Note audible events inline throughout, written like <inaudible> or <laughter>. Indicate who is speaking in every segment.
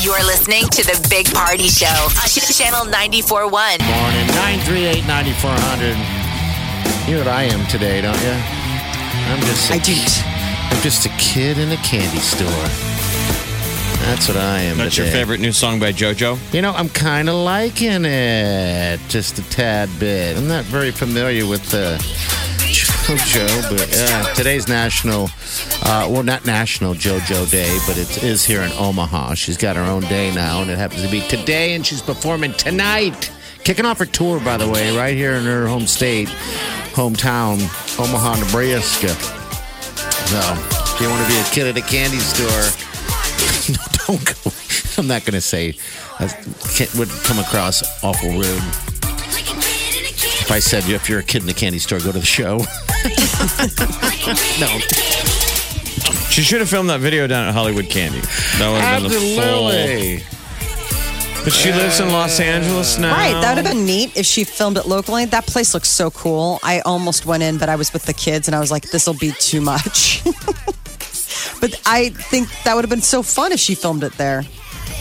Speaker 1: You're listening to the Big Party Show on Ch- Channel 941.
Speaker 2: Morning, 938 9400. You know what I am today, don't you? I'm just a
Speaker 3: I do.
Speaker 2: I'm just a kid in a candy store. That's what I am
Speaker 4: That's your
Speaker 2: today.
Speaker 4: favorite new song by JoJo?
Speaker 2: You know, I'm kind of liking it just a tad bit. I'm not very familiar with the JoJo, but uh, today's national, uh, well, not national JoJo Day, but it is here in Omaha. She's got her own day now, and it happens to be today, and she's performing tonight. Kicking off her tour, by the way, right here in her home state, hometown, Omaha, Nebraska. So, if you want to be a kid at a candy store, <laughs> no, don't go. I'm not going to say. I can't, would come across awful rude if I said if you're a kid in a candy store, go to the show. <laughs> no,
Speaker 4: She should have filmed that video down at Hollywood Candy. That would have been the
Speaker 2: absolutely.
Speaker 4: full. But she lives in Los Angeles now.
Speaker 3: Right, that
Speaker 2: Um,
Speaker 3: would have been neat if she filmed it locally. That place looks so cool. I almost went in, but I was with the kids and I was like, this will be too much. <laughs> but I think that would have been so fun if she filmed it there.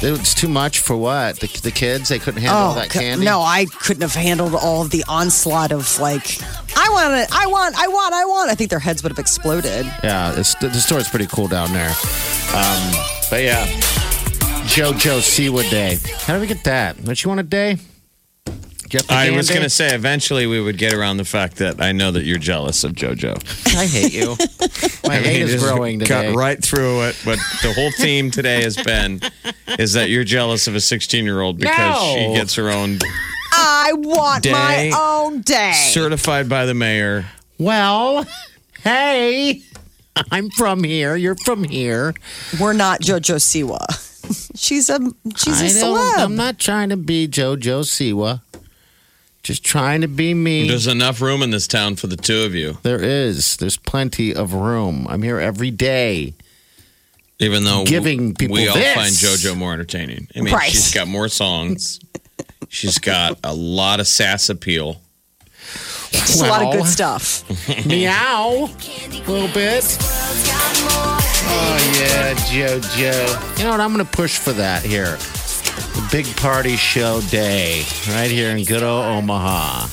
Speaker 2: It's too much for what the, the kids. They couldn't handle that
Speaker 3: Oh, c-
Speaker 2: candy.
Speaker 3: no, I couldn't have handled all of the onslaught of like, I want it, I want, I want, I want. I think their heads would have exploded.
Speaker 2: Yeah, it's, the, the store's pretty cool down there. Um, but yeah, JoJo Siwa Day. How do we get that? Don't you want a day? Jeff
Speaker 4: I was
Speaker 2: Candy?
Speaker 4: going to say, eventually we would get around the fact that I know that you're jealous of JoJo.
Speaker 2: I hate
Speaker 4: <laughs>
Speaker 2: you. My
Speaker 4: I mean,
Speaker 2: hate is
Speaker 4: just
Speaker 2: growing today.
Speaker 4: Cut right through it. But the whole theme today has been is that you're jealous of a 16 year old because
Speaker 2: No.
Speaker 4: she gets her own
Speaker 3: I want my
Speaker 4: Day.
Speaker 3: own day.
Speaker 4: certified by the mayor.
Speaker 2: Well, <laughs> hey, <laughs> I'm from here. You're from here.
Speaker 3: We're not JoJo Siwa. <laughs> she's a she's a
Speaker 2: I
Speaker 3: celeb.
Speaker 2: am not trying to be JoJo Siwa. Just trying to be me.
Speaker 4: There's enough room in this town for the two of you,
Speaker 2: there is. There's plenty of room. I'm here every day.
Speaker 4: even though
Speaker 2: Giving people
Speaker 4: we all
Speaker 2: this.
Speaker 4: find JoJo more entertaining. I mean,
Speaker 3: Right.
Speaker 4: she's got more songs. She's got a lot of sass appeal.
Speaker 3: Just a lot of
Speaker 2: Well.
Speaker 3: good stuff.
Speaker 2: Meow. A little bit. Oh, yeah, JoJo. You know what? I'm going to push for that here. The big party show day right here in good old Omaha.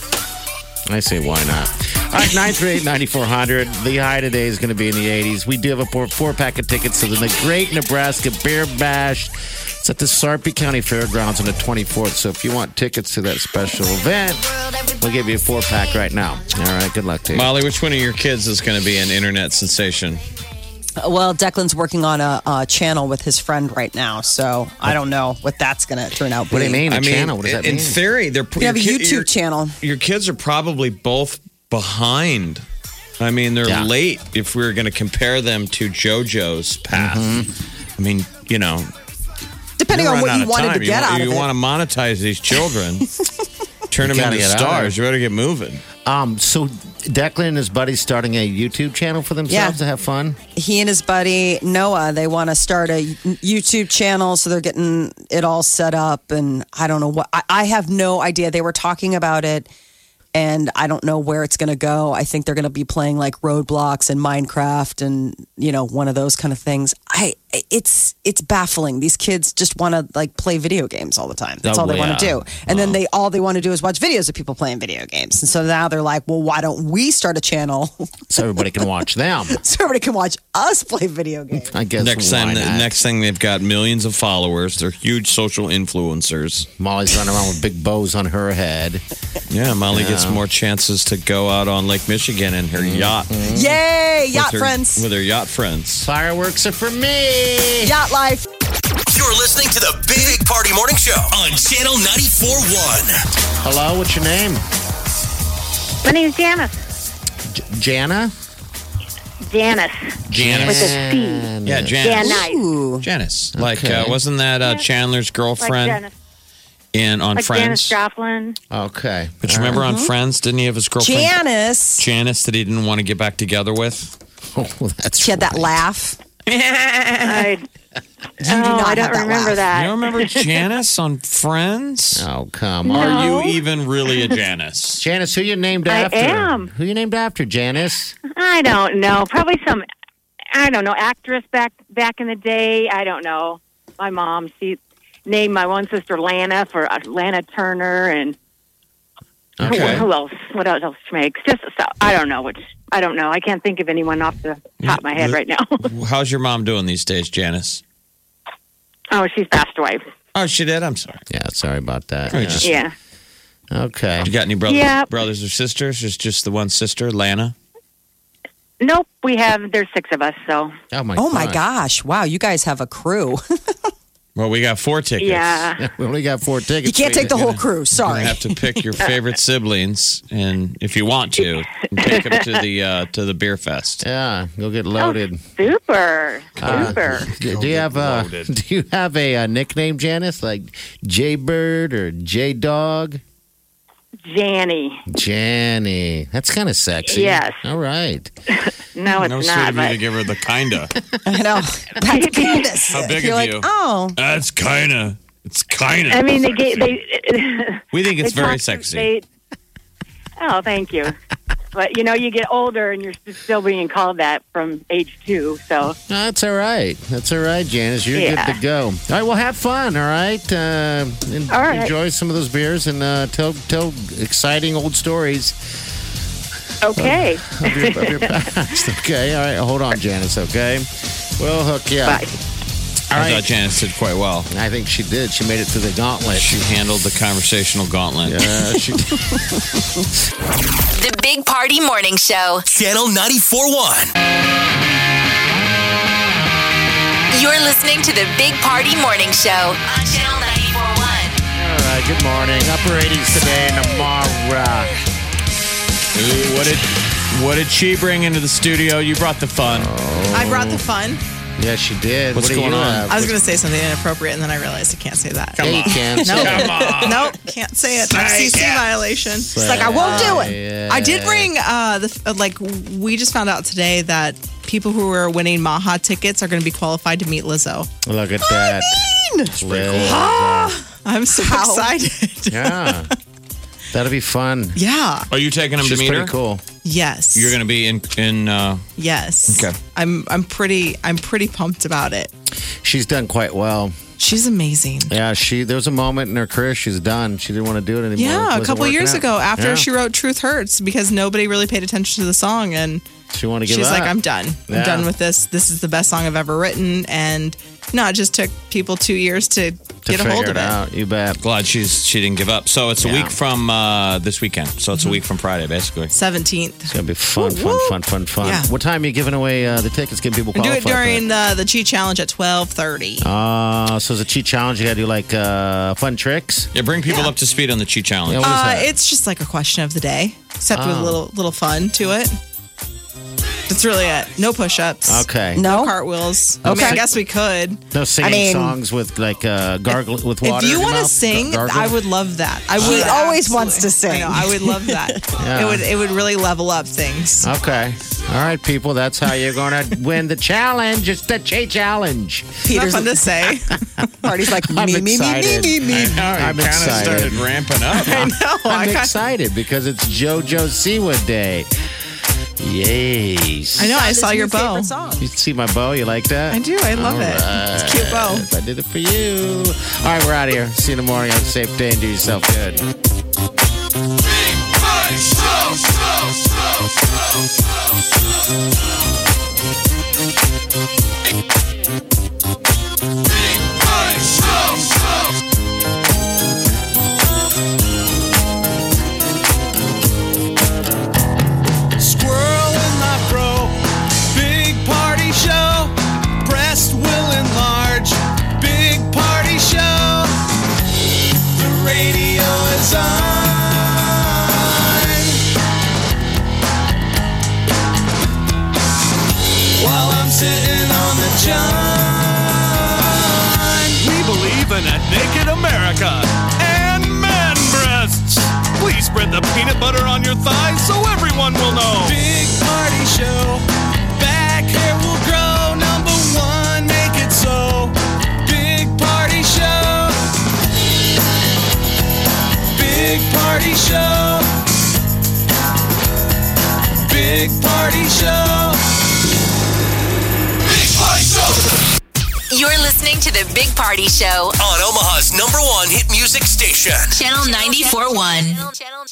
Speaker 2: I say, why not? All right, 938 9400. The high today is going to be in the 80s. We do have a four, four pack of tickets to the Great Nebraska Bear Bash. It's at the Sarpy County Fairgrounds on the 24th. So if you want tickets to that special event, we'll give you a four pack right now. All right, good luck to you.
Speaker 4: Molly, which one of your kids is going to be an internet sensation?
Speaker 3: Well, Declan's working on a, uh channel with his friend right now, so I don't know what that's going to turn out.
Speaker 2: What do you
Speaker 3: being.
Speaker 2: mean? A
Speaker 4: I mean,
Speaker 2: channel? What does that
Speaker 4: in
Speaker 2: mean?
Speaker 4: theory, they're
Speaker 3: We have a
Speaker 4: your kid- your-
Speaker 3: YouTube channel.
Speaker 4: Your kids are probably both behind. I mean, they're
Speaker 2: Yeah.
Speaker 4: late if we are going to compare them to JoJo's path.
Speaker 2: Mm-hmm.
Speaker 4: I mean, you know,
Speaker 3: Depending
Speaker 4: you're
Speaker 3: on
Speaker 4: running
Speaker 3: what
Speaker 4: out
Speaker 3: you
Speaker 4: of
Speaker 3: wanted
Speaker 4: time.
Speaker 3: to get
Speaker 4: you,
Speaker 3: out
Speaker 4: You
Speaker 3: of it.
Speaker 4: want to monetize these
Speaker 3: <laughs>
Speaker 4: children, turn them
Speaker 2: gotta
Speaker 4: into
Speaker 2: get out of
Speaker 4: stars.
Speaker 2: it.
Speaker 4: You better get moving.
Speaker 2: Um, so Declan and his buddies starting a YouTube channel for themselves to
Speaker 3: Yeah.
Speaker 2: have fun.
Speaker 3: he and his buddy Noah, they want to start a YouTube channel, so they're getting it all set up. And I don't know what I, I have no idea. They were talking about it, and I don't know where it's going to go. I think they're going to be playing like Roadblocks and Minecraft, and you know, one of those kind of things. I it's it's baffling. These kids just want to like play video games all the time. That's
Speaker 2: Oh,
Speaker 3: all they want to
Speaker 2: yeah.
Speaker 3: do. And then they all they want to do is watch videos of people playing video games. And so now they're like, well, why don't we start a channel <laughs>
Speaker 2: So everybody can watch them.
Speaker 3: so everybody can watch us play video games?
Speaker 2: I guess
Speaker 4: Next
Speaker 2: why
Speaker 4: thing,
Speaker 2: not?
Speaker 4: next thing, they've got millions of followers. They're huge social influencers.
Speaker 2: Molly's running around with big bows on her head.
Speaker 4: Yeah, Molly gets more chances to go out on Lake Michigan in her yacht.
Speaker 3: Mm-hmm.
Speaker 4: with
Speaker 3: Yay, yacht
Speaker 4: her-
Speaker 3: friends.
Speaker 4: With her yacht friends.
Speaker 2: Fireworks are for me.
Speaker 3: Yacht life.
Speaker 5: You're listening to the Big Party Morning Show on Channel 94.1.
Speaker 2: Hello, what's your name?
Speaker 6: My name's Janice.
Speaker 2: J- Jana.
Speaker 6: Janice. With
Speaker 4: Janice.
Speaker 6: a C.
Speaker 4: Yeah,
Speaker 6: Dan
Speaker 4: Janice.
Speaker 6: Knight.
Speaker 3: Ooh.
Speaker 4: Janice. Like,
Speaker 2: Okay.
Speaker 4: uh, wasn't that uh, Chandler's
Speaker 6: Like
Speaker 4: girlfriend
Speaker 6: Janice,
Speaker 4: in on
Speaker 6: like Janice
Speaker 4: Friends?
Speaker 6: Joplin. Mm-hmm.
Speaker 2: Okay. <laughs>
Speaker 4: But you remember on Friends, didn't he have his girlfriend
Speaker 3: Janice.
Speaker 4: Janice that he didn't want to get back together with?
Speaker 2: Oh, that's
Speaker 3: She had that laugh. <laughs>
Speaker 6: I,
Speaker 3: You do
Speaker 6: oh,
Speaker 3: not
Speaker 6: I don't
Speaker 3: have that
Speaker 6: remember
Speaker 3: laugh.
Speaker 4: You don't
Speaker 6: that. <laughs>
Speaker 4: remember Janice on Friends?
Speaker 2: Oh, come on.
Speaker 4: Are you even really a
Speaker 6: <laughs>
Speaker 4: Janice?
Speaker 2: Janice, who you named
Speaker 6: I
Speaker 2: after?
Speaker 6: am.
Speaker 2: Who you named after, Janice?
Speaker 6: I don't know. Probably some, I don't know, actress back back in the day. I don't know. My mom, she named my one sister Lana for Lana Turner and
Speaker 4: Okay.
Speaker 6: who, who else? What else makes? Just so, I don't know which. I don't know. I can't think of anyone off the top of my head right now. <laughs>
Speaker 4: How's your mom doing these days, Janice?
Speaker 6: oh, she's passed away.
Speaker 4: Oh, she did. I'm sorry.
Speaker 2: Yeah, sorry about that.
Speaker 4: Or just-
Speaker 6: Yeah.
Speaker 2: Okay.
Speaker 4: You got any brothers,
Speaker 6: Yeah.
Speaker 4: brothers or sisters? Just just the one sister, Lana.
Speaker 6: Nope. We have. There's six of us. So
Speaker 2: Oh my.
Speaker 3: Oh my gosh. Wow, you guys have a crew. <laughs>
Speaker 4: Well, we got four tickets.
Speaker 6: yeah.
Speaker 2: <laughs> We only got four tickets.
Speaker 3: you can't
Speaker 2: We-
Speaker 3: take the whole crew.
Speaker 4: You
Speaker 3: Sorry.
Speaker 4: have to pick your favorite
Speaker 6: <laughs>
Speaker 4: siblings, and if you want to, take them to the uh, to the beer fest.
Speaker 2: Yeah, go get
Speaker 3: Oh.
Speaker 2: loaded.
Speaker 6: Super. Super.
Speaker 2: <laughs> do, do you have a <laughs> Do you have a, uh nickname, Janice? Like J Bird or J Dog?
Speaker 6: Janny.
Speaker 2: Janny. That's kind of sexy.
Speaker 6: Yes.
Speaker 2: All right.
Speaker 6: No, it's
Speaker 4: No sweet of
Speaker 6: not.
Speaker 4: you to
Speaker 6: But
Speaker 4: give her the
Speaker 6: <laughs>
Speaker 4: kinda.
Speaker 3: <laughs> I know. That's goodness.
Speaker 4: How big
Speaker 3: You're
Speaker 4: of
Speaker 3: like,
Speaker 4: you.
Speaker 3: oh,
Speaker 4: That's kinda. It's kinda.
Speaker 6: I mean, they gave they. <laughs>
Speaker 4: we think it's
Speaker 6: They
Speaker 4: very
Speaker 6: talk-
Speaker 4: sexy.
Speaker 6: they- oh, thank you. But you know, you get older and you're still being called that from age two. So
Speaker 2: No, that's all right. That's all right, Janice. You're
Speaker 6: Yeah.
Speaker 2: good to go. All right. Well, have fun. All right. Uh, and
Speaker 6: All right.
Speaker 2: Enjoy some of those beers and uh, tell tell exciting old stories
Speaker 6: okay,
Speaker 2: of your, of your past. Okay. All right. Hold on, Janice. Okay. We'll hook you up.
Speaker 6: bye.
Speaker 2: All
Speaker 4: I
Speaker 2: right.
Speaker 4: thought Janice did quite well.
Speaker 2: I think she did. She made it through the gauntlet.
Speaker 4: She handled the conversational gauntlet.
Speaker 2: Uh, <laughs> she did.
Speaker 1: The Big Party Morning Show.
Speaker 5: Channel 94.1.
Speaker 1: You're listening to the Big Party Morning Show on Channel 941.
Speaker 2: All right, good morning. Upper 80s today and tomorrow.
Speaker 4: Ooh, what did what did she bring into the studio? You brought the fun.
Speaker 7: I brought the fun.
Speaker 2: Yes, she did.
Speaker 4: What's
Speaker 2: What do
Speaker 4: going
Speaker 2: you
Speaker 4: on?
Speaker 2: have?
Speaker 7: I was going to say something inappropriate, and then I realized I can't say that.
Speaker 2: Hey, you can't
Speaker 7: Nope.
Speaker 2: say it.
Speaker 7: <laughs> Nope, can't say it. CC violation.
Speaker 3: it's like I won't do it.
Speaker 7: I did bring uh, the uh, like. We just found out today that people who are winning Maha tickets are going to be qualified to meet Lizzo.
Speaker 2: Look at that.
Speaker 7: I'm so <laughs> excited.
Speaker 2: yeah. <laughs> That'll be fun.
Speaker 7: yeah.
Speaker 4: Are you taking them
Speaker 2: She's
Speaker 4: to meet her?
Speaker 2: pretty cool.
Speaker 7: Yes.
Speaker 4: You're going to be in in uh,
Speaker 7: Yes.
Speaker 4: Okay.
Speaker 7: I'm. I'm pretty. I'm pretty pumped about it.
Speaker 2: She's done quite well.
Speaker 7: She's amazing.
Speaker 2: Yeah, she. There was a moment in her career she's done. She didn't want to do it anymore. It
Speaker 7: Yeah, a
Speaker 2: wasn't
Speaker 7: couple
Speaker 2: working
Speaker 7: years
Speaker 2: out.
Speaker 7: ago, after
Speaker 2: Yeah.
Speaker 7: she wrote "Truth Hurts," because nobody really paid attention to the song, and
Speaker 2: she wanted to give
Speaker 7: she's
Speaker 2: up.
Speaker 7: like, "I'm done.
Speaker 2: Yeah.
Speaker 7: I'm done with this. This is the best song I've ever written." And no, it just took people two years to,
Speaker 2: to
Speaker 7: get a
Speaker 2: figure
Speaker 7: hold of
Speaker 2: it out. You bet.
Speaker 4: glad she's she didn't give up. So it's a
Speaker 2: Yeah.
Speaker 4: week from uh, this weekend. So it's a week from Friday, basically.
Speaker 7: Seventeenth.
Speaker 2: It's gonna be fun, fun,
Speaker 7: Woo-woo.
Speaker 2: fun, fun, fun.
Speaker 7: Yeah.
Speaker 2: What time are you giving away uh, the tickets? Getting people
Speaker 7: Do
Speaker 2: qualified.
Speaker 7: it
Speaker 2: for
Speaker 7: during the the Chi Challenge at twelve thirty.
Speaker 2: Uh, so it's a cheat challenge. You got to do like uh, fun tricks.
Speaker 4: Yeah, bring people up to speed on the Chi Challenge.
Speaker 2: Yeah, what is
Speaker 7: Uh,
Speaker 2: that? Oh.
Speaker 7: it's just like a question of the day, except with a little little fun to it. That's really it. No push-ups.
Speaker 2: okay.
Speaker 7: No
Speaker 3: No.
Speaker 7: cartwheels. I mean, I
Speaker 2: Okay.
Speaker 7: guess we could.
Speaker 2: No singing
Speaker 3: I mean-
Speaker 2: songs with like uh, gargle with water.
Speaker 7: If you
Speaker 2: want to
Speaker 7: wanna sing, I would love that. I would.
Speaker 3: always
Speaker 7: absolutely-
Speaker 3: wants to sing.
Speaker 7: I, know, I would love that.
Speaker 2: <laughs> Yeah.
Speaker 7: It would. It would really level
Speaker 2: <laughs>
Speaker 7: up things.
Speaker 2: Okay. All right, people. That's how you're gonna win the challenge. It's the Che Challenge.
Speaker 7: Not fun to say.
Speaker 3: Party's like
Speaker 2: I'm
Speaker 3: me, me, me, me,
Speaker 2: excited.
Speaker 3: me, me.
Speaker 2: I'm
Speaker 4: kinda
Speaker 2: excited.
Speaker 4: ramping up.
Speaker 7: I know.
Speaker 2: <laughs>
Speaker 7: I
Speaker 2: I'm
Speaker 7: got-
Speaker 2: excited because it's JoJo Siwa Day. Yes.
Speaker 7: <laughs> I know. I saw your
Speaker 3: His favorite
Speaker 7: bow.
Speaker 3: song.
Speaker 2: You see my bow? You like that?
Speaker 7: I do. I love
Speaker 2: All
Speaker 7: it. It's a cute bow.
Speaker 2: I did it for you. All right, we're out of here. See you in the morning. Have a safe day and do yourself good.
Speaker 8: Squirrel in my fro. Big party show. Breast will enlarge. Big party show. The radio is on. laughing at naked America and man breasts. Please spread the peanut butter on your thighs so everyone will know. Big party show. Back hair will grow. Number one, make it so. Big party show. Big party show. Big party show.
Speaker 5: Big Party Show
Speaker 1: You're listening to the Big Party Show,
Speaker 5: on Omaha's number one hit music station.
Speaker 1: Channel 94.1.